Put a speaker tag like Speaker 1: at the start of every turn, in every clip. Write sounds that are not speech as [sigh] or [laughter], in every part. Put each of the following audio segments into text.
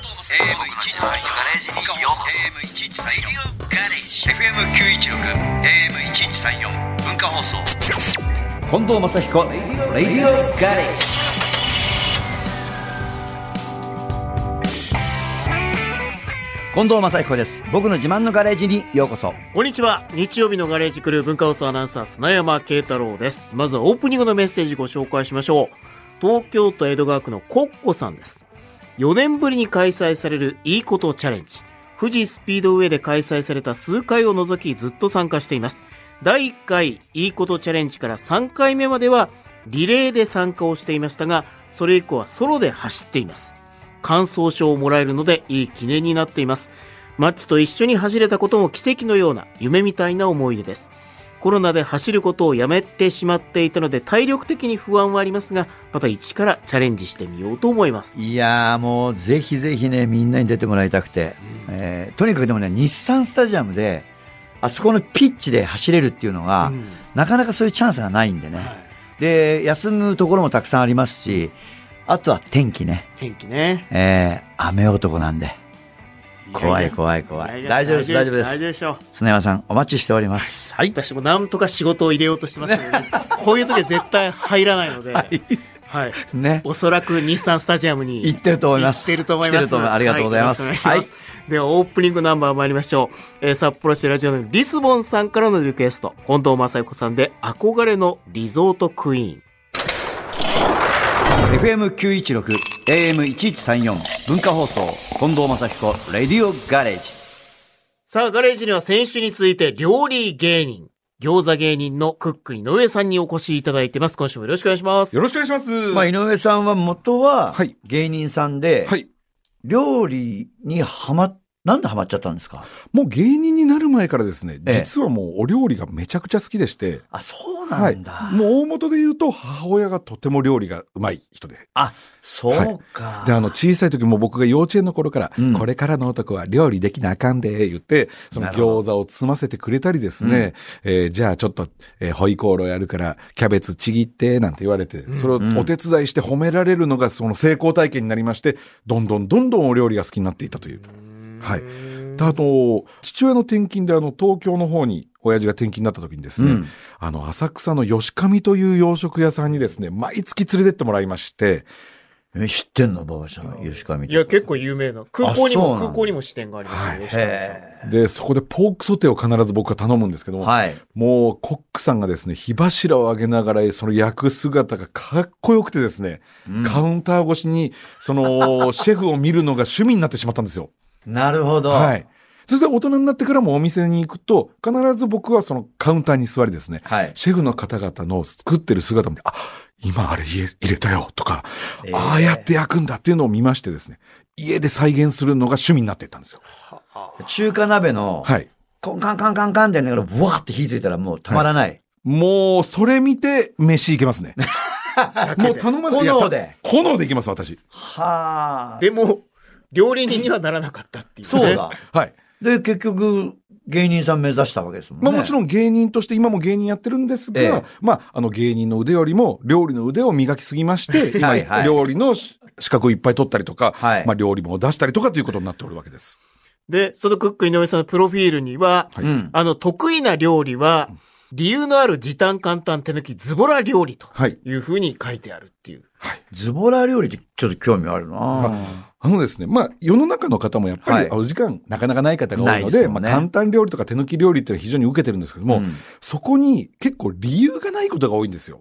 Speaker 1: AM1134 ガレージにようこそ AM1134 ガレージ FM916 AM1134 文化放送
Speaker 2: 近藤正彦レディオガレージ近藤正彦です僕の自慢のガレージにようこそ
Speaker 3: こんにちは。日曜日のガレージクルー文化放送アナウンサー、砂山慶太郎です。まずはオープニングのメッセージご紹介しましょう。東京都江戸川区のコッコさんです。4年ぶりに開催されるいいことチャレンジ。富士スピードウェイで開催された数回を除きずっと参加しています。第1回いいことチャレンジから3回目まではリレーで参加をしていましたが、それ以降はソロで走っています。感想賞をもらえるのでいい記念になっています。マッチと一緒に走れたことも奇跡のような夢みたいな思い出です。コロナで走ることをやめてしまっていたので体力的に不安はありますが、また一からチャレンジしてみようと思います。
Speaker 2: いやーもうぜひぜひねみんなに出てもらいたくて、えーとにかくでもね日産スタジアムであそこのピッチで走れるっていうのが、
Speaker 3: うん
Speaker 2: なかなかそういうチャンスがないんでね、で休むところもたくさんありますしあとは天気ね、
Speaker 3: 天気ね。
Speaker 2: えー雨男なんで怖い怖い怖い大丈夫です大丈夫です
Speaker 3: 大丈夫でしょう。
Speaker 2: 砂山さんお待ちしておりますはい
Speaker 3: 私もなんとか仕事を入れようとしてますので、ね、こういう時は絶対入らないので、はい。
Speaker 2: ね
Speaker 3: おそらく日産スタジアムに
Speaker 2: 行ってると思います
Speaker 3: 行ってると思いま
Speaker 2: 来てると
Speaker 3: す。
Speaker 2: 思うありがとうございます
Speaker 3: はよろしくお願いしますでは、オープニングナンバー参りましょう。えー札幌市ラジオのリスボンさんからのリクエスト。近藤正彦さんで、憧れのリゾートクイーン。
Speaker 2: FM916 AM1134 文化放送近藤正彦レディオガレージ
Speaker 3: さあ、ガレージには先週に続いて、料理芸人、餃子芸人のクック井上さんにお越しいただいてます。今週もよろしくお願いします。
Speaker 4: よろしくお願いします。
Speaker 2: まあ、井上さんは元は
Speaker 4: はい
Speaker 2: 芸人さんで、
Speaker 4: はい。
Speaker 2: 料理にはま、なんではまっちゃったんですか
Speaker 4: もう芸人になる前からですね、
Speaker 2: ええ
Speaker 4: 実はもうお料理がめちゃくちゃ好きでして、
Speaker 2: あ、そうな
Speaker 4: はい。
Speaker 2: んだ。
Speaker 4: もう大元で言うと、母親がとても料理がうまい人で。
Speaker 2: あ、そうか。
Speaker 4: で、あの、小さい時も僕が幼稚園の頃から、
Speaker 2: うん
Speaker 4: これからの男は料理できなあかんで、言って、その
Speaker 2: なるほ
Speaker 4: 餃子を積ませてくれたりですね、えーじゃあちょっと、えー、ホイコーローやるから、キャベツちぎって、なんて言われて、それを
Speaker 2: ん
Speaker 4: お手伝いして褒められるのが、その成功体験になりまして、どんどんどんどんお料理が好きになっていたという。はい。であと、父親の転勤で、あの、東京の方に、親父が転勤になった時にですね、
Speaker 2: うん
Speaker 4: あの、浅草の吉上という洋食屋さんにですね、毎月連れてってもらいまして、
Speaker 2: え知ってんの馬場ちゃん、吉川み
Speaker 3: いや、結構有名な。空港に
Speaker 2: あそう
Speaker 3: も、
Speaker 2: なんだ
Speaker 3: 空港にも支店がありますね。吉川さん
Speaker 2: へ
Speaker 4: で、そこでポークソテーを必ず僕は頼むんですけど
Speaker 2: ー
Speaker 4: も、
Speaker 2: はい。
Speaker 4: もうコックさんがですね、火柱を上げながら、その焼く姿がかっこよくてですね、カウンター越しに、
Speaker 2: [laughs]
Speaker 4: その、シェフを見るのが趣味になってしまったんですよ。
Speaker 2: なるほど。
Speaker 4: は
Speaker 2: はい。
Speaker 4: い。そして大人になってからもお店に行くと、必ず僕はそのカウンターに座りですね、シェフの方々の作ってる姿も、あ、今あれ入れ入れたよとか、
Speaker 2: えー
Speaker 4: ああやって焼くんだっていうのを見ましてですね、家で再現するのが趣味になっていったんですよ。
Speaker 2: 中華鍋の、
Speaker 4: はい。
Speaker 2: コンカンカンカンカンってやりながら、ブワーって火ついたらもうたまらない。
Speaker 4: もう、それ見て、飯い
Speaker 2: [laughs]
Speaker 4: けますね。もう頼まない
Speaker 2: 炎で。
Speaker 4: 炎でいけます、私。
Speaker 2: はあ。
Speaker 3: でも、料理人にはならなかったっていう、ね。
Speaker 2: そうだ。
Speaker 4: はい。
Speaker 2: で、結局、芸人さん目指したわけですもんね。
Speaker 4: まあもちろん芸人として今も芸人やってるんですが、
Speaker 2: ええ
Speaker 4: まああの芸人の腕よりも料理の腕を磨きすぎまして、今
Speaker 2: はいはい
Speaker 4: 料理のし資格をいっぱい取ったりとか、
Speaker 2: はい
Speaker 4: まあ料理も出したりとかということになっておるわけです。
Speaker 3: で、そのクック井上さんのプロフィールには、
Speaker 4: はい
Speaker 2: うん。
Speaker 3: あの、得意な料理は、理由のある時短簡単手抜きズボラ料理と
Speaker 4: はい。
Speaker 3: いうふうに書いてあるっていう。
Speaker 2: ズボラ料理ってちょっと興味あるな
Speaker 4: あのですね、まあ世の中の方もやっぱり、
Speaker 2: はい
Speaker 4: あの時間なかなかない方が多い
Speaker 2: ない
Speaker 4: の
Speaker 2: です
Speaker 4: で、
Speaker 2: もんね
Speaker 4: まあ簡単料理とか手抜き料理っていうのは非常に受けてるんですけども、
Speaker 2: うん
Speaker 4: そこに結構理由がないことが多いんですよ。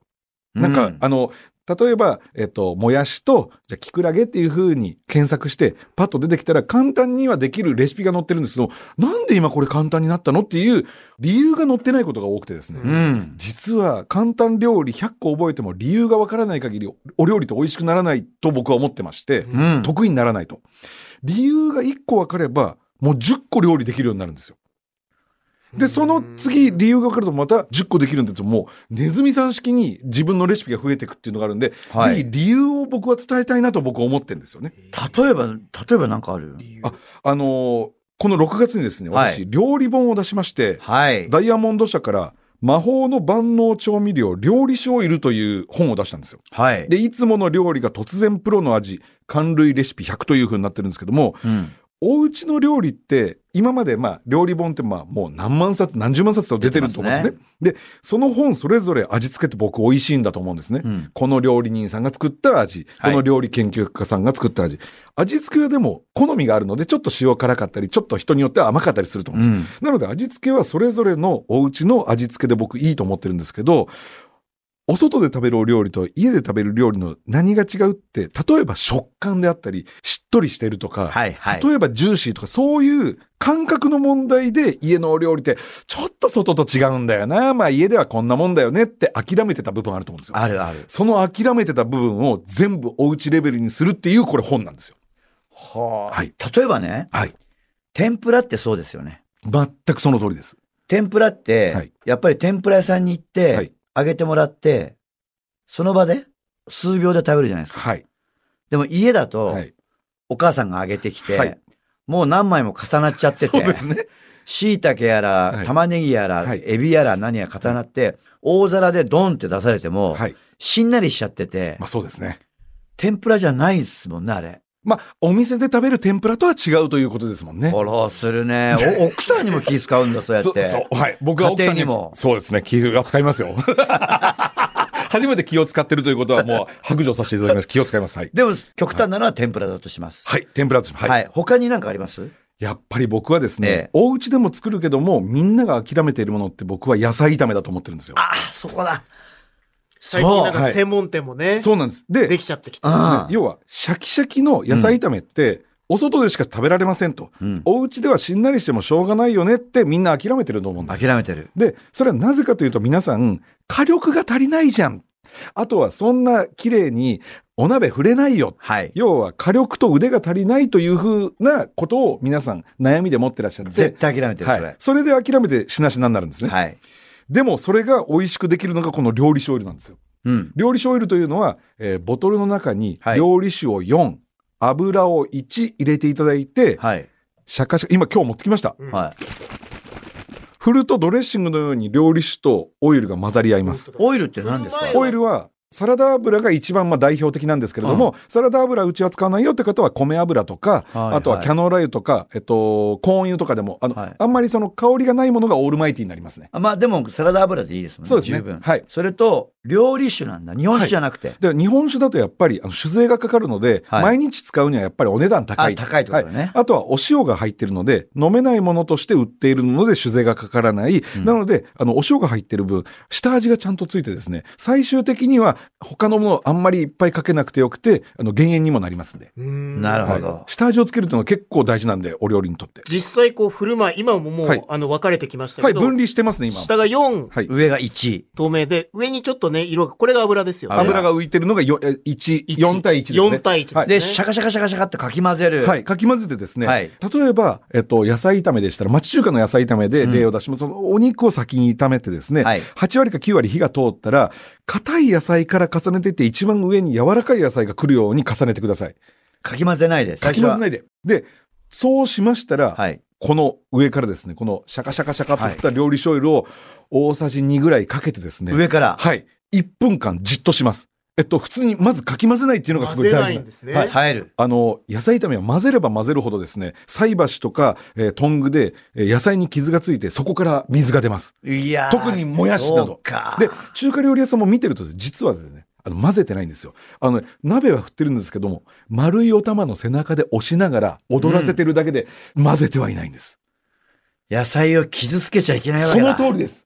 Speaker 4: なんか、
Speaker 2: うん
Speaker 4: あの、例えば、えっと、もやしと、じゃあ、きくらげっていう風に検索して、パッと出てきたら簡単にはできるレシピが載ってるんですけど、なんで今これ簡単になったのっていう理由が載ってないことが多くてですね。
Speaker 2: うん。
Speaker 4: 実は簡単料理100個覚えても理由がわからない限りおお料理って美味しくならないと僕は思ってまして、
Speaker 2: うん。
Speaker 4: 得意にならないと。理由が1個わかれば、もう10個料理できるようになるんですよ。で、その次、理由が分かるとまた10個できるんですよ。もう、ネズミさん式に自分のレシピが増えていくっていうのがあるんで、
Speaker 2: はい
Speaker 4: ぜひ理由を僕は伝えたいなと僕は思ってるんですよね。
Speaker 2: 例えば、例えばなんかある
Speaker 4: あ、あのーこの6月にですね、
Speaker 2: はい
Speaker 4: 私、料理本を出しまして、
Speaker 2: はい。
Speaker 4: ダイヤモンド社から、魔法の万能調味料料理酒オイルという本を出したんですよ。
Speaker 2: はい。
Speaker 4: で、いつもの料理が突然プロの味、寒類レシピ100という風になってるんですけども、
Speaker 2: うん。
Speaker 4: お家の料理って、今までまあ、料理本ってまあ、もう何万冊、何十万冊と出てると思うんですね。
Speaker 2: 出
Speaker 4: で、その本それぞれ味付けって僕美味しいんだと思うんですね。
Speaker 2: うん。
Speaker 4: この料理人さんが作った味、
Speaker 2: はい
Speaker 4: この料理研究家さんが作った味。味付けはでも好みがあるので、ちょっと塩辛かったり、ちょっと人によっては甘かったりすると思うんです。
Speaker 2: うん。
Speaker 4: なので味付けはそれぞれのお家の味付けで僕いいと思ってるんですけど、お外で食べるお料理と家で食べる料理の何が違うって、例えば食感であったり、しっとりしてるとか、
Speaker 2: はいはい。
Speaker 4: 例えばジューシーとかそういう感覚の問題で家のお料理ってちょっと外と違うんだよな。まあ家ではこんなもんだよねって諦めてた部分あると思うんですよ。
Speaker 2: あるある。
Speaker 4: その諦めてた部分を全部おうちレベルにするっていうこれ本なんですよ。
Speaker 2: は
Speaker 4: はい
Speaker 2: 例えばね、
Speaker 4: はい。
Speaker 2: 天ぷらってそうですよね。
Speaker 4: 全くその通りです。
Speaker 2: 天ぷらって、
Speaker 4: はい
Speaker 2: やっぱり天ぷら屋さんに行っ
Speaker 4: は
Speaker 2: て
Speaker 4: い、
Speaker 2: 揚げてもらって、その場で数秒で食べるじゃないですか。
Speaker 4: はい。
Speaker 2: でも家だと、
Speaker 4: はい。
Speaker 2: お母さんが揚げてきて、
Speaker 4: はい
Speaker 2: もう何枚も重なっちゃって
Speaker 4: そう
Speaker 2: て
Speaker 4: で、すね。
Speaker 2: 椎茸やら
Speaker 4: は、い
Speaker 2: 玉ねぎやら、
Speaker 4: はい
Speaker 2: エビやら何やら重なって、大皿でドンって出されても、
Speaker 4: はい。
Speaker 2: しんなりしちゃってて、
Speaker 4: まあそうですね。
Speaker 2: 天ぷらじゃないですもんね、あれ。
Speaker 4: まあお店で食べる天ぷらとは違うということですもんね。
Speaker 2: フォローするね。
Speaker 4: [laughs]
Speaker 2: お奥さんにも気使うんだ、そうやって。
Speaker 4: そそうはい。僕は奥さん
Speaker 2: 家庭にも
Speaker 4: そうですね。気を使います [laughs] よ。初めて気を使ってるということはもう白状させていただきます。気を使います。はい。
Speaker 2: でも、極端なのは天ぷらだとします。
Speaker 4: はい。天ぷらです。
Speaker 2: はい。
Speaker 4: はい。
Speaker 2: 他になんかあります
Speaker 4: やっぱり僕はですね、
Speaker 2: ええ
Speaker 4: お家でも作るけども、みんなが諦めているものって僕は野菜炒めだと思ってるんですよ。
Speaker 2: ああ、そこだ。
Speaker 3: 最近なん
Speaker 4: そうは
Speaker 3: か
Speaker 4: い
Speaker 3: 専門店もね、
Speaker 4: そうなんです。で
Speaker 3: で、きちゃってき
Speaker 2: うん。
Speaker 3: た。
Speaker 4: 要は、シャキシャキの野菜炒めって、お外でしか食べられませんと。
Speaker 2: うん
Speaker 4: お家ではしんなりしてもしょうがないよねってみんな諦めてると思うんですよ
Speaker 2: 諦めてる。
Speaker 4: で、それはなぜかというと皆さん、火力が足りないじゃん。あとはそんな綺麗にお鍋触れないよ。
Speaker 2: はい。
Speaker 4: 要は火力と腕が足りないというふうなことを皆さん悩みで持ってらっしゃって。
Speaker 2: 絶対諦めてる、そ
Speaker 4: はい
Speaker 2: れ。。
Speaker 4: それで諦めてしなしなになるんですね。
Speaker 2: はい。
Speaker 4: でもそれが美味しくできるのがこの料理酒オイルなんですよ。
Speaker 2: うん。
Speaker 4: 料理酒オイルというのは、えーボトルの中に
Speaker 2: はい
Speaker 4: 料理酒を4、油を1入れていただいて、
Speaker 2: はい。
Speaker 4: シャカシャカ、今今日持ってきました。
Speaker 3: うん
Speaker 2: はい。
Speaker 4: 振るとドレッシングのように料理酒とオイルが混ざり合います。
Speaker 2: オイルって何ですか
Speaker 3: うまいわ
Speaker 4: オイルはサラダ油が一番まあ代表的なんですけれども、サラダ油うちは使わないよって方は米油とか、
Speaker 2: はい
Speaker 4: あとはキャノーラ油とか、えっと、コーン油とかでも、あの、
Speaker 2: はい
Speaker 4: あんまりその香りがないものがオールマイティになりますね。
Speaker 2: あまあでもサラダ油でいいですもんね。
Speaker 4: そうですね
Speaker 2: 十分。
Speaker 4: はい
Speaker 2: それと、料理酒なんだ。日本酒じゃなくて。
Speaker 4: で、日本酒だとやっぱりあの酒税がかかるので、
Speaker 2: はい
Speaker 4: 毎日使うにはやっぱりお値段高い。
Speaker 2: あ高いってことだね
Speaker 4: はいあとはお塩が入ってるので、飲めないものとして売っているので酒税がかからない。
Speaker 2: ん
Speaker 4: なので、あの、お塩が入ってる分、下味がちゃんとついてですね、最終的には他のものあんまりいっぱいかけなくてよくて、あの、減塩にもなりますんで。
Speaker 3: うん
Speaker 2: なるほど
Speaker 4: はい下味をつけるというのは結構大事なんで、お料理にとって。
Speaker 3: 実際こう振る舞い、今ももう、
Speaker 4: はい
Speaker 3: あの、分かれてきました
Speaker 4: は
Speaker 3: け
Speaker 4: い、
Speaker 3: ど、
Speaker 4: 分離してますね、今。
Speaker 3: 下が4
Speaker 4: はい。
Speaker 2: 上が1位。
Speaker 3: 透明で、上にちょっとね、色が、これが油ですよ。
Speaker 2: 油
Speaker 4: 油が浮いてるのがよえ1、
Speaker 3: 一
Speaker 4: 4対1ですね。
Speaker 3: 4対1ですね。
Speaker 2: で、シャカシャカシャカシャカってかき混ぜる。
Speaker 4: はい、かき混ぜてですね、
Speaker 2: はい
Speaker 4: 例えば、えっと、野菜炒めでしたら、町中華の野菜炒めで例を出します、そのお肉を先に炒めてですね、
Speaker 2: はい
Speaker 4: 8割か9割火が通ったら、硬い野菜から重ねていって、一番上に柔らかい野菜が来るように重ねてください。
Speaker 2: かき混ぜないで。
Speaker 4: か
Speaker 2: 最初
Speaker 4: き混
Speaker 2: は。
Speaker 4: ぜないで。で、そうしましたら、
Speaker 2: はい。
Speaker 4: この上からですね、このシャカシャカシャカと振った料理醤油を大さじ2ぐらいかけてですね、
Speaker 2: 上から。
Speaker 4: はい、1分間じっとします。えっと、普通にまずかき混ぜないっていうのがすごい
Speaker 3: 混ぜ
Speaker 4: 大
Speaker 3: ない
Speaker 4: 事
Speaker 3: んですね。
Speaker 4: は
Speaker 2: 耐える。
Speaker 4: あの、野菜炒めは混ぜれば混ぜるほどですね、菜箸とか、えートングで、えー野菜に傷がついて、そこから水が出ます。
Speaker 2: いやー
Speaker 4: 特にもやしなど
Speaker 2: そうか。
Speaker 4: で、中華料理屋さんも見てると、実はですね、あの混ぜてないんですよ。あのね、鍋は振ってるんですけども、丸いお玉の背中で押しながら踊らせてるだけで、混ぜてはいないんです。
Speaker 2: 野菜を傷つけちゃいけないわ
Speaker 4: そ
Speaker 2: け
Speaker 4: の
Speaker 2: だ。
Speaker 4: 通りです。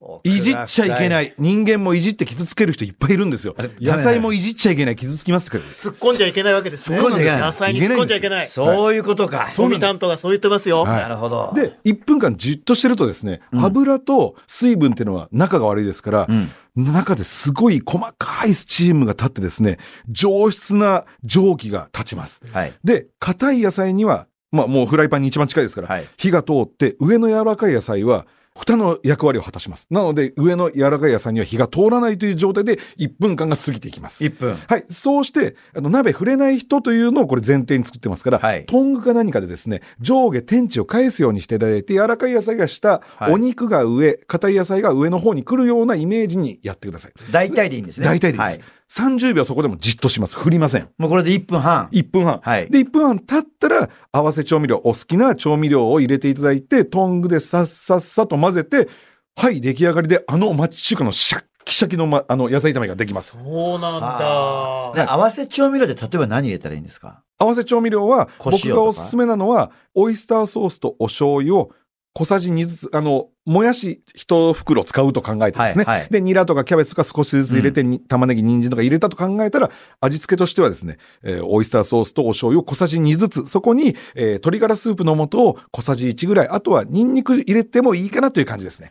Speaker 2: 奥が深。
Speaker 4: いじっちゃいけないい。人間もいじって傷つける人いっぱいいるんですよ
Speaker 2: あれ。
Speaker 4: 野菜もいじっちゃいけない。傷つきますから。
Speaker 3: 突っ込んじゃいけないわけですね。
Speaker 2: 突っ込んじゃいけない
Speaker 3: 野菜に突っ込んじゃいけない。
Speaker 2: そういうことか。
Speaker 3: コミ担当がそう言ってますよ。
Speaker 4: はい
Speaker 2: なるほど。
Speaker 4: で、1分間じっとしてるとですね、
Speaker 2: うん
Speaker 4: 油と水分っていうのは仲が悪いですから
Speaker 2: う、ん。
Speaker 4: 中ですごい細かいスチームが立ってですね、上質な蒸気が立ちます。
Speaker 2: はい。
Speaker 4: で、硬い野菜には、まあもうフライパンに一番近いですから、
Speaker 2: はい
Speaker 4: 火が通って、上の柔らかい野菜は、蓋の役割を果たします。なので、上の柔らかい野菜には火が通らないという状態で1分間が過ぎていきます。
Speaker 2: 1分。
Speaker 4: はい。そうして、あの、鍋触れない人というのをこれ前提に作ってますから、
Speaker 2: はい
Speaker 4: トングか何かでですね、上下天地を返すようにしていただいて、柔らかい野菜が下、
Speaker 2: はい
Speaker 4: お肉が上、硬い野菜が上の方に来るようなイメージにやってください。
Speaker 2: 大体でいいんですね。
Speaker 4: 大体でいいです。
Speaker 2: は
Speaker 4: 30秒そこでもじっとします。振りません。
Speaker 2: もうこれで1分半。
Speaker 4: 1分半。
Speaker 2: はい
Speaker 4: で、1分半経ったら、合わせ調味料、お好きな調味料を入れていただいて、トングでさっさっさと混ぜて、はい、出来上がりで、あの町中華のシャッキシャキの、ま、あの、野菜炒めができます。
Speaker 3: そうなん
Speaker 2: あで
Speaker 3: だ。
Speaker 2: 合わせ調味料で例えば何入れたらいいんですか
Speaker 4: 合わせ調味料は、
Speaker 2: 胡椒
Speaker 4: 僕
Speaker 2: とか
Speaker 4: がおすすめなのは、オイスターソースとお醤油を小さじ2ずつ、あの、もやし1袋使うと考えてですね。
Speaker 2: はいはい
Speaker 4: で、ニラとかキャベツとか少しずつ入れて、に玉ねぎ、人参とか入れたと考えたら、味付けとしてはですね、えーオイスターソースとお醤油を小さじ2ずつ、そこに、えー鶏ガラスープの素を小さじ1ぐらい、あとはニンニク入れてもいいかなという感じですね。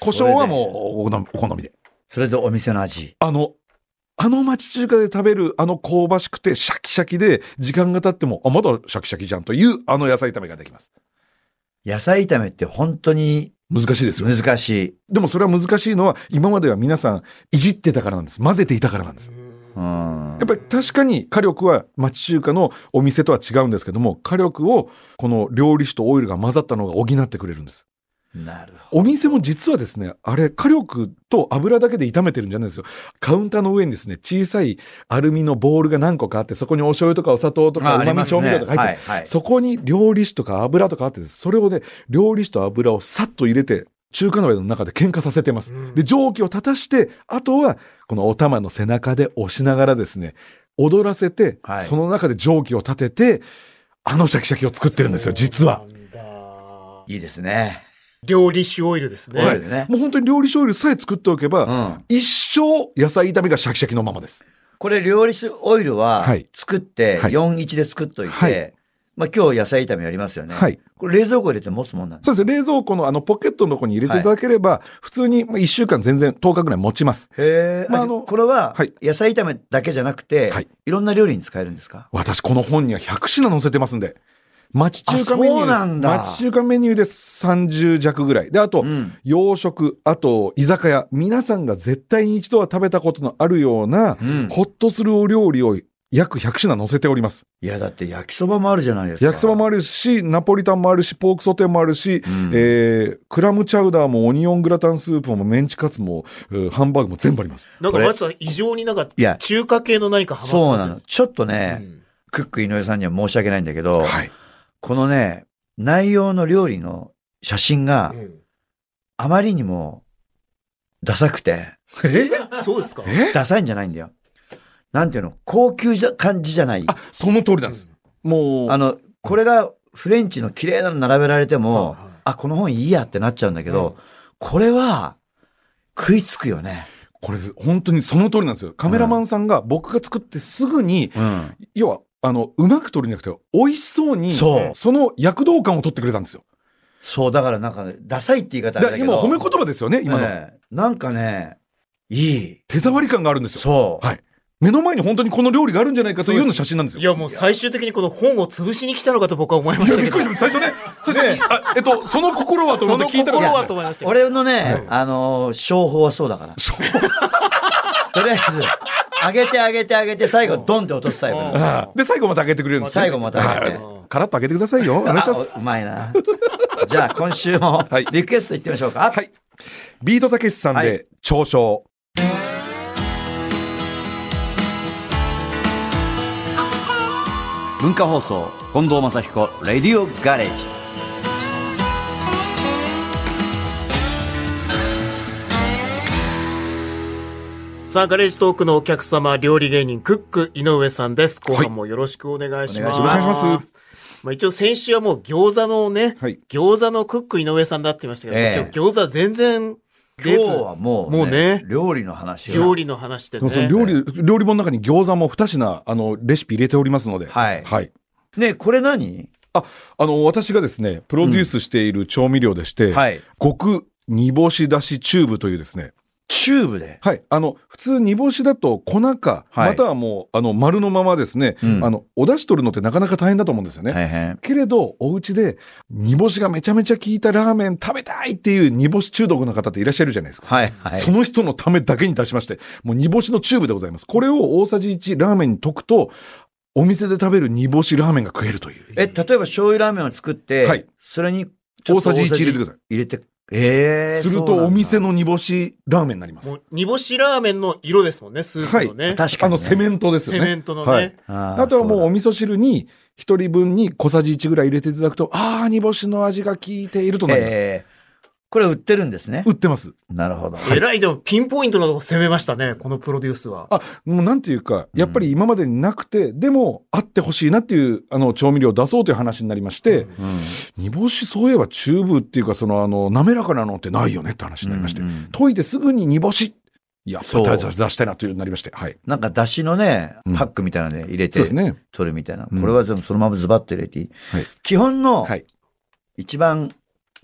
Speaker 4: 胡椒はもうお好みお好みで。
Speaker 2: それでお店の味。
Speaker 4: あの、あの町中華で食べる、あの香ばしくてシャキシャキで、時間が経っても、あ、まだシャキシャキじゃんという、あの野菜炒めができます。
Speaker 2: 野菜炒めって本当に
Speaker 4: 難しいですよね。
Speaker 2: 難しい。
Speaker 4: でもそれは難しいのは、今までは皆さん、いじってたからなんです。混ぜていたからなんです。
Speaker 2: うん
Speaker 4: やっぱり確かに火力は町中華のお店とは違うんですけども、火力をこの料理酒とオイルが混ざったのが補ってくれるんです。
Speaker 2: なるほど。
Speaker 4: お店も実はですね、あれ火力と油だけで炒めてるんじゃないんですよ。カウンターの上にですね、小さいアルミのボールが何個かあって、そこにお醤油とかお砂糖と
Speaker 2: あ
Speaker 4: か
Speaker 2: あり
Speaker 4: 旨
Speaker 2: ま
Speaker 4: 味
Speaker 2: すね
Speaker 4: 調味料とか入ってる、
Speaker 2: はいはい
Speaker 4: そこに料理酒とか油とかあってですそれをね、料理酒と油をさっと入れて、中華鍋の中で喧嘩させてます。
Speaker 3: うん
Speaker 4: で、蒸気を立たして、あとは、このお玉の背中で押しながらですね、踊らせて、
Speaker 2: はい
Speaker 4: その中で蒸気を立てて、あのシャキシャキを作ってるんですよ、実は。
Speaker 3: そうなんだ。
Speaker 2: いいですね。
Speaker 3: 料理酒オイルですね。
Speaker 2: はいね
Speaker 4: もう本当に料理醤油さえ作っておけば、
Speaker 2: うん。
Speaker 4: 一生野菜炒めがシャキシャキのままです。
Speaker 2: これ料理酒オイルは
Speaker 4: はい
Speaker 2: 作って、
Speaker 4: はい
Speaker 2: 41で作っといて、
Speaker 4: はい
Speaker 2: まあ今日野菜炒めやりますよね。
Speaker 4: はい。
Speaker 2: これ冷蔵庫入れて持つもんなんです
Speaker 4: そうですね冷蔵庫のあのポケットのとこに入れていただければ、普通にまあ一週間全然10日ぐらい持ちます。
Speaker 2: へえ、
Speaker 4: まあ
Speaker 2: あ
Speaker 4: あの
Speaker 2: これは
Speaker 4: はい
Speaker 2: 野菜炒めだけじゃなくて、
Speaker 4: はいい、
Speaker 2: ろんな料理に使えるんですか
Speaker 4: 私この本には100品載せてますんで。町中華メニ
Speaker 2: あ
Speaker 4: ューです。
Speaker 2: そうなんだ
Speaker 4: 町中華メニューで30弱ぐらい。で、あと、
Speaker 2: うん
Speaker 4: 洋食、あと、居酒屋。皆さんが絶対に一度は食べたことのあるような、
Speaker 2: うん
Speaker 4: ほっとするお料理を約100品載せております。
Speaker 2: いやだって焼きそばもあるじゃないですか。
Speaker 4: 焼きそばもあるし、ナポリタンもあるし、ポークソテーもあるし、
Speaker 2: うん
Speaker 4: えークラムチャウダーもオニオングラタンスープもメンチカツも、えーハンバーグも全部あります。
Speaker 3: なん
Speaker 2: こ
Speaker 3: か、
Speaker 2: れ
Speaker 3: まさん異常になんか、
Speaker 2: いや
Speaker 3: 中華系の何かハマって
Speaker 2: そう
Speaker 3: ます
Speaker 2: な
Speaker 3: よ
Speaker 2: の。ちょっとね、
Speaker 3: うん
Speaker 2: クック井上さんには申し訳ないんだけど、
Speaker 4: はい。
Speaker 2: このね、内容の料理の写真があまりにもダサくて、
Speaker 3: うんそうですか
Speaker 4: え
Speaker 2: ダサいんじゃないんだよ。なんていうの、高級じゃ感じじゃない。
Speaker 4: あ、その通りなんです。もう、
Speaker 2: あの、これがフレンチの綺麗なの並べられても
Speaker 3: はいはい、
Speaker 2: あ、この本いいやってなっちゃうんだけど、これは食いつくよね。
Speaker 4: これ本当にその通りなんですよ。カメラマンさんが僕が作ってすぐに、
Speaker 2: うん。
Speaker 4: 要は、あの、うまく撮るんじゃなくて、美味しそうに、
Speaker 2: そう
Speaker 4: の躍動感を撮ってくれたんですよ。
Speaker 2: そう、だからなんか、ダサいって言い方
Speaker 4: だ
Speaker 2: あれだ
Speaker 4: から
Speaker 2: けど
Speaker 4: 今、褒め言葉ですよね、今の。
Speaker 2: ええなんかね、いい。
Speaker 4: 手触り感があるんですよ。
Speaker 2: そう。
Speaker 4: はい。目の前に本当にこの料理があるんじゃないかというような写真なんですよ。
Speaker 3: いや、もう最終的にこの本を潰しに来たのかと僕は思いま
Speaker 4: い
Speaker 3: し
Speaker 4: や
Speaker 3: た
Speaker 4: び
Speaker 3: け
Speaker 4: っくり
Speaker 3: ど
Speaker 4: し。ました。最初ね、最初ね、あえっと、その心はと思
Speaker 3: そ
Speaker 4: って
Speaker 3: の
Speaker 4: 聞いた
Speaker 3: 心
Speaker 4: ら
Speaker 3: はと思いましたけど。
Speaker 2: 俺のね、あのー、商法はそうだから。
Speaker 4: そう。
Speaker 2: とりあえず、上げて上げて上げて、最後、ドンって落とすタイプなの。
Speaker 4: ああで、最後また上げてくれるんですよ
Speaker 2: 最後また上げて
Speaker 4: はいカラッと上げてくださいよ。お願いします。
Speaker 2: あおうまいな。じゃあ、今週も
Speaker 4: はい、
Speaker 2: リクエストいってみましょうか。
Speaker 4: はい。ビートたけしさん
Speaker 2: は
Speaker 4: で、長唱。
Speaker 2: 文化放送近藤正彦「レディオガレージ」
Speaker 3: さあ、ガレージトークのお客様、料理芸人、クック井上さんです。後半もよろしくお願いします。
Speaker 2: お願いし
Speaker 4: ますお願いします
Speaker 3: まあ一応先週はもう餃子のね、
Speaker 4: はい
Speaker 3: 餃子のクック井上さんだって言いましたけど、
Speaker 2: ええ
Speaker 3: 今日餃子全然
Speaker 2: 今
Speaker 3: 出
Speaker 2: 日
Speaker 3: ず、
Speaker 2: はもう、
Speaker 3: もうね
Speaker 2: 料理の話を
Speaker 3: 料理の話で
Speaker 4: でもその
Speaker 3: ね。
Speaker 4: 料理、料理本の中に餃子も2品、あの、レシピ入れておりますので。
Speaker 2: はいねこれ何
Speaker 4: あ、あの、私がですね、プロデュースしている調味料でして、
Speaker 2: はい
Speaker 4: 極煮干しだしチューブというですね、
Speaker 2: チューブで。
Speaker 4: はい。あの、普通煮干しだと粉か、
Speaker 2: はい
Speaker 4: またはもう、あの、丸のままですね、
Speaker 2: うん
Speaker 4: あの、お出汁取るのってなかなか大変だと思うんですよね。
Speaker 2: 大変。
Speaker 4: けれど、お家で、煮干しがめちゃめちゃ効いたラーメン食べたいっていう煮干し中毒の方っていらっしゃるじゃないですか。
Speaker 2: はいはい。
Speaker 4: その人のためだけに出しまして、もう煮干しのチューブでございます。これを大さじ1ラーメンに溶くと、お店で食べる煮干しラーメンが食えるという。
Speaker 2: え、例えば醤油ラーメンを作って、
Speaker 4: はい
Speaker 2: それに
Speaker 4: 大さじ1入れてください。
Speaker 2: 入れて、えー、
Speaker 4: す
Speaker 2: そ
Speaker 4: る
Speaker 2: うなん
Speaker 4: と
Speaker 2: だ
Speaker 4: お店の煮干しラーメンになります。
Speaker 3: もう煮干しラーメンの色ですもんね、スープのね。
Speaker 4: は
Speaker 2: 確か
Speaker 4: あ
Speaker 2: に、ね。
Speaker 4: の、セメントです
Speaker 3: セ
Speaker 4: よね。
Speaker 3: メントのね。
Speaker 4: はい
Speaker 2: あー
Speaker 4: あとはもう
Speaker 2: そ
Speaker 4: お味噌汁に一人分に小さじ1ぐらい入れていただくと、ああ、煮干しの味が効いていると
Speaker 2: うだ
Speaker 4: なります。
Speaker 2: えーこれ売ってるんですね
Speaker 4: 売。ってます。
Speaker 2: なるほど。
Speaker 3: えらい、でもピンポイントなとこ攻めましたね、このプロデュースは。
Speaker 4: あ、もうなんていうか、やっぱり今までになくて、でもあってほしいなっていう、あの、調味料を出そうという話になりまして、
Speaker 2: うん
Speaker 4: 煮干しそういえばチューブっていうか、その、あの、滑らかなのってないよねって話になりまして、
Speaker 2: うんうん
Speaker 4: 溶いてすぐに煮干し、やっぱ
Speaker 2: そう
Speaker 4: り出出したいなというようになりまして、はい。
Speaker 2: なんか出汁のね
Speaker 4: う、ん
Speaker 2: パックみたいなので入れて
Speaker 4: そうですね。
Speaker 2: 取るみたいな。
Speaker 4: うん
Speaker 2: これはそのそのままズバッと入れていい。
Speaker 4: はい
Speaker 2: 基本の
Speaker 4: はい。
Speaker 2: 一番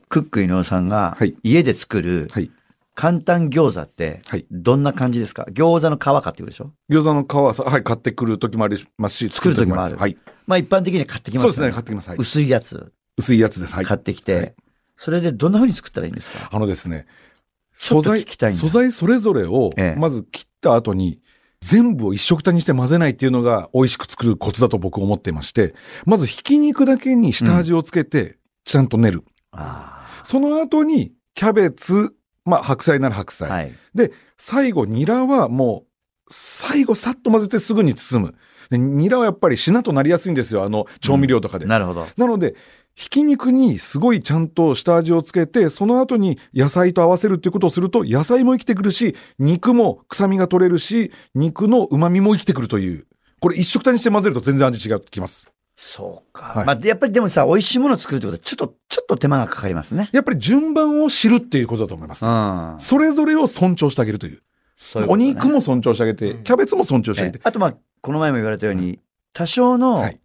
Speaker 2: クック井上さんが
Speaker 4: はい
Speaker 2: 家で作る
Speaker 4: はい。
Speaker 2: 簡単餃子って
Speaker 4: はい
Speaker 2: どんな感じですか餃子の皮買ってくるでしょ
Speaker 4: 餃子の皮はさ、はい、買ってくる時もありますし、
Speaker 2: 作る時もある
Speaker 4: はい。
Speaker 2: まあ一般的には買ってきます
Speaker 4: そう
Speaker 2: よ
Speaker 4: ですね、買ってきます。はい、
Speaker 2: 薄いやつ
Speaker 4: 薄いやつです。はい。
Speaker 2: 買ってき
Speaker 4: は
Speaker 2: て
Speaker 4: い、
Speaker 2: それでどんな風に作ったらいいんですか
Speaker 4: あのですね、
Speaker 2: ちょ
Speaker 4: 素
Speaker 2: っと
Speaker 4: 材
Speaker 2: 聞きたいん、だ
Speaker 4: 素材それぞれを
Speaker 2: ええ、
Speaker 4: まず切った後に、全部を一色たにして混ぜないっていうのが美味しく作るコツだと僕思ってまして、まずひき肉だけに下味をつけて、ちゃんと練る。
Speaker 2: あ
Speaker 4: その後に、キャベツ、まあ白菜なら白
Speaker 2: あ。
Speaker 4: 菜。
Speaker 2: はい。
Speaker 4: 最後、ニラはもう、最後さっと混ぜてすぐに包む。でニラはやっぱりしなとなりやすいんですよ、あの、調味料とかで。
Speaker 2: なるほど。
Speaker 4: なので、ひき肉にすごいちゃんと下味をつけて、その後に野菜と合わせるっていうことをすると、野菜も生きてくるし、肉も臭みが取れるし、肉の旨味も生きてくるという。これ一色単にして混ぜると全然味違ってきます。
Speaker 2: そうか。
Speaker 4: はい
Speaker 2: まあでやっぱりでもさ、美味しいものを作るってことはちょっと、ちょっと手間がかかりますね。
Speaker 4: やっぱり順番を知るっていうことだと思います
Speaker 2: う。ん。
Speaker 4: それぞれを尊重してあげるという。
Speaker 2: そういうこ
Speaker 4: お
Speaker 2: とね
Speaker 4: 肉も尊重してあげて、キャベツも尊重してあげ
Speaker 2: ええ
Speaker 4: て。
Speaker 2: あとまあ、この前も言われたように、多少の
Speaker 4: はい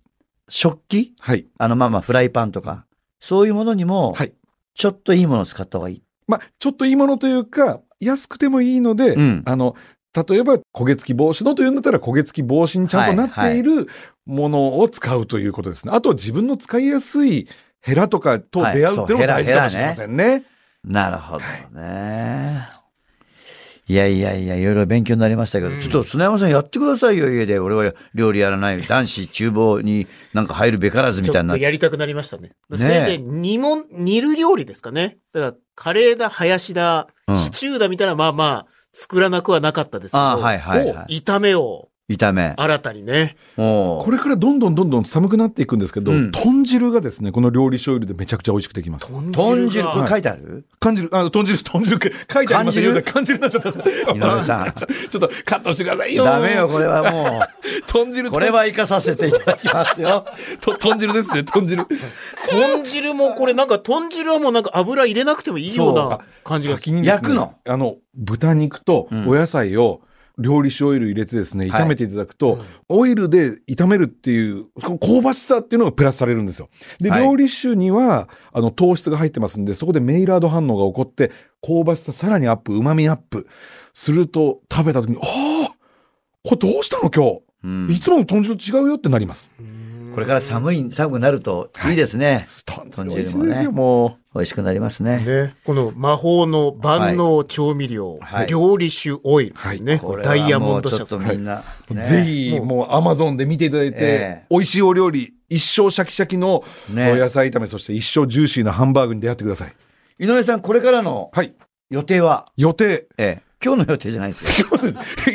Speaker 2: 食器、
Speaker 4: はい。
Speaker 2: あのまあまあフライパンとか、そういうものにも
Speaker 4: はい、
Speaker 2: ちょっといいものを使った方がいい。
Speaker 4: まあ、ちょっといいものというか、安くてもいいので、
Speaker 2: うん
Speaker 4: あの、例えば焦げ付き防止のというんだったら焦げ付き防止にちゃんとなっているものを使うということですね。あと自分の使いやすいヘラとかと出会うっていうのも大事かもしれませんね。
Speaker 2: なるほどね。いやいやいや、いろいろ勉強になりましたけど、
Speaker 3: うん
Speaker 2: ちょっと砂山さんやってくださいよ、家で。俺は料理やらない。男子厨房になんか入るべからずみ
Speaker 3: ち
Speaker 2: た
Speaker 3: ょ
Speaker 2: い
Speaker 3: っ
Speaker 2: にな
Speaker 3: と
Speaker 2: って。
Speaker 3: やりたくなりましたね。
Speaker 2: ね
Speaker 3: せいぜい煮も、煮る料理ですかね。だから、カレーだ、ハヤシだ、
Speaker 2: うん
Speaker 3: シチューだみたいな、まあまあ、作らなくはなかったですけど、
Speaker 2: ああ、はいはいはい。
Speaker 3: 炒めを
Speaker 2: 炒め。
Speaker 3: 新たにね。
Speaker 2: おう
Speaker 4: これからどんどんどんどん寒くなっていくんですけど、
Speaker 2: うん
Speaker 4: 豚汁がですね、この料理醤油でめちゃくちゃ美味しくできます。
Speaker 3: 豚汁
Speaker 2: 豚汁、
Speaker 3: が。
Speaker 2: これ
Speaker 3: はい
Speaker 2: 書いてある
Speaker 4: 缶汁、あ、豚汁、豚汁、書いてありました
Speaker 2: 缶汁
Speaker 4: よ。缶汁になっちゃった。 [laughs]
Speaker 2: 井上さん
Speaker 4: ちょっとカットしてくださいよ。
Speaker 2: ダメよ、これは
Speaker 4: [laughs]
Speaker 2: も
Speaker 4: 豚汁、
Speaker 2: う。これは活かさせていただきますよ。
Speaker 4: と豚汁ですね、豚汁。
Speaker 3: 豚汁もこれなんか、豚汁はもうなんか油入れなくてもいいような感じがす
Speaker 4: 先
Speaker 3: る。
Speaker 4: にですね
Speaker 2: 焼くの
Speaker 4: あの豚肉と
Speaker 2: うん
Speaker 4: お野菜を料理酒オイル入れてですね
Speaker 2: はい
Speaker 4: 炒めていただくと、オイルで炒めるっていうこの香ばしさっていうのがプラスされるんですよで、
Speaker 2: はい
Speaker 4: 料理酒にはあの糖質が入ってますんでそこでメイラード反応が起こって香ばしささらにアップうまみアップすると食べた時に「ああこれどうしたの今
Speaker 2: うん
Speaker 4: 日いつもの豚汁と違うよ」ってなります。
Speaker 2: これから寒い、寒くなるといいですね。
Speaker 4: 豚汁美味
Speaker 2: 豚
Speaker 4: しい
Speaker 2: 汁もね
Speaker 4: ですよも
Speaker 2: 美味しくなりますね。
Speaker 3: ね、この魔法の万能調味料、
Speaker 2: はい
Speaker 3: 料理酒オイルですね、
Speaker 2: これは
Speaker 3: ダイヤモンド
Speaker 2: もうち
Speaker 3: 社
Speaker 2: ょっと
Speaker 3: さん。
Speaker 2: みんな、
Speaker 4: う、
Speaker 2: ね
Speaker 4: ぜ。ひもうアマゾンで見ていただいて、
Speaker 2: ええ
Speaker 4: 美味しいお料理一生シャキシャキの
Speaker 2: ね
Speaker 4: お野菜炒め、そして一生ジューシーなハンバーグに出会ってください。
Speaker 2: 井上さん、これからの
Speaker 4: はい。
Speaker 2: 予定は、
Speaker 4: 予定。 [laughs]
Speaker 2: ええ、今日の予定じゃないですよ。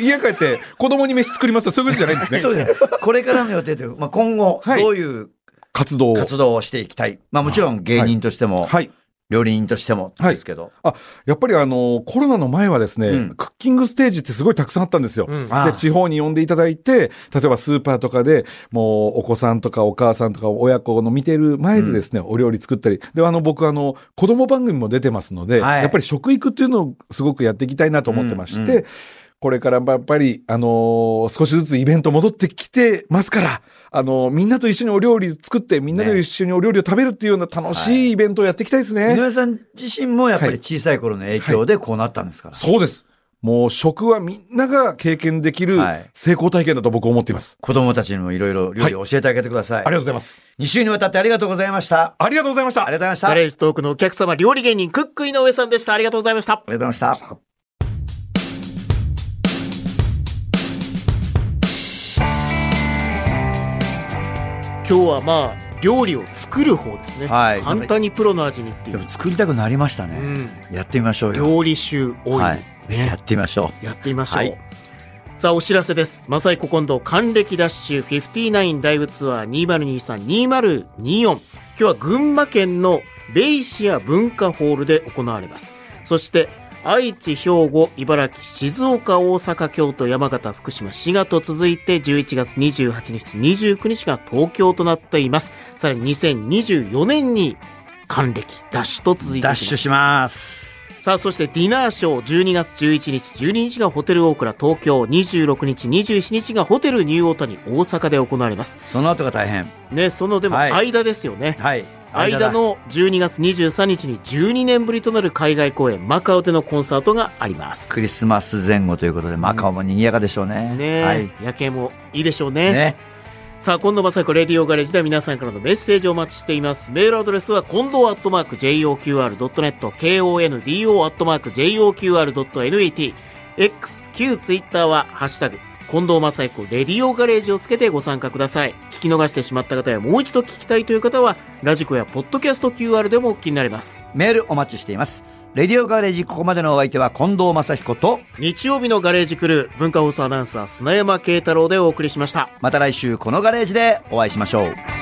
Speaker 4: 家帰って子供に飯作りますとそういうことじゃないんです
Speaker 2: そう
Speaker 4: ね。
Speaker 2: じゃないこれからの予定というか、まあ、今後、
Speaker 4: はい
Speaker 2: どういう
Speaker 4: 活動を。
Speaker 2: 活動をしていきたい。まあもちろん芸人としても、
Speaker 4: はい。
Speaker 2: 料理人としても
Speaker 4: はい
Speaker 2: ですけど。
Speaker 4: あ、やっぱりあの、コロナの前はですね、
Speaker 2: うん
Speaker 4: クッキングステージってすごいたくさんあったんですよ。
Speaker 3: うん
Speaker 2: ああ
Speaker 4: で、地方に呼んでいただいて、例えばスーパーとかで、もうお子さんとかお母さんとか親子の見てる前でですね、お料理作ったり。で、あの、僕あの、子供番組も出てますので、
Speaker 2: はい
Speaker 4: やっぱり食育っていうのをすごくやっていきたいなと思ってまして、
Speaker 2: うんう
Speaker 4: これからもやっぱり、あのー少しずつイベント戻ってきてますから、あのーみんなと一緒にお料理作って、みんなと一緒にお料理を食べるっていうような楽しいイベントをやっていきたいですね。
Speaker 2: 井上さん自身もやっぱり
Speaker 4: はい
Speaker 2: 小さい頃の影響でこうなったんですから。
Speaker 4: そうです。もう食はみんなが経験できる
Speaker 2: はい
Speaker 4: 成功体験だと僕は思っています。
Speaker 2: 子供たちにもいろいろ料理を教えてあげてください。
Speaker 4: ありがとうございます。
Speaker 2: 2週にわたってありがとうございました。
Speaker 4: ありがとうございました。
Speaker 2: ありがとうございました。
Speaker 3: ガ
Speaker 2: あ
Speaker 3: レ
Speaker 2: り
Speaker 3: ージトークのお客様、料理芸人、クック井上さんでした。ありがとうございまし
Speaker 2: が
Speaker 3: た。
Speaker 2: とうございました。
Speaker 3: 今日はまあ、料理を作る方ですね。
Speaker 2: はい
Speaker 3: 簡単にプロの味にってい
Speaker 2: で
Speaker 3: う
Speaker 2: も。作りたくなりました
Speaker 3: う
Speaker 2: ね。
Speaker 3: ん。
Speaker 2: やってみましょうよ。
Speaker 3: 料理集多い、
Speaker 2: はいや
Speaker 3: ね
Speaker 2: っ。てみましょ
Speaker 3: やってみましょう。
Speaker 2: はい
Speaker 3: さあ、お知らせです。マサイココンド還暦ダッシュ59ライブツアー2023-2024。今日は群馬県のベイシア文化ホールで行われます。そして、愛知、兵庫、茨城、静岡、大阪、京都、山形、福島、滋賀と続いて11月28日、29日が東京となっています。さらに2024年に還暦ダッシュと続
Speaker 2: う。
Speaker 3: いていき
Speaker 2: ダ
Speaker 3: ま
Speaker 2: ッ
Speaker 3: す
Speaker 2: シュ。します。
Speaker 3: さあ、そしてディナーショー12月11日、12日がホテルオークラ東京、26日、27日がホテルニューオータニ大阪で行われます。
Speaker 2: その後が大変。
Speaker 3: ね、そのでも
Speaker 2: はい
Speaker 3: 間ですよね。
Speaker 2: はい。
Speaker 3: 間
Speaker 2: だ
Speaker 3: の12月23日に12年ぶりとなる海外公演マカオでのコンサートがあります。
Speaker 2: クリスマス前後ということで、マカオも賑やかでしょうね。
Speaker 3: ね、
Speaker 2: はい。
Speaker 3: 夜景もいいでしょうね。
Speaker 2: ね。
Speaker 3: さあ、近藤正彦レディオガレージでは皆さんからのメッセージをお待ちしています。メールアドレスは、近藤アットマーク JOQR.net、KONDO アットマーク JOQR.net、XQ ツイッターは、ハッシュタグ、近藤正彦レディオガレージをつけてご参加ください。聞き逃してしまった方や、もう一度聞きたいという方は、ラジコやポッドキャスト QR でもお聞きになれます。
Speaker 2: メールお待ちしています。レディオガレージ、ここまでのお相手は近藤正彦と、
Speaker 3: 日曜日のガレージクルー、文化放送アナウンサー、砂山慶太郎でお送りしました。
Speaker 2: また来週このガレージでお会いしましょう。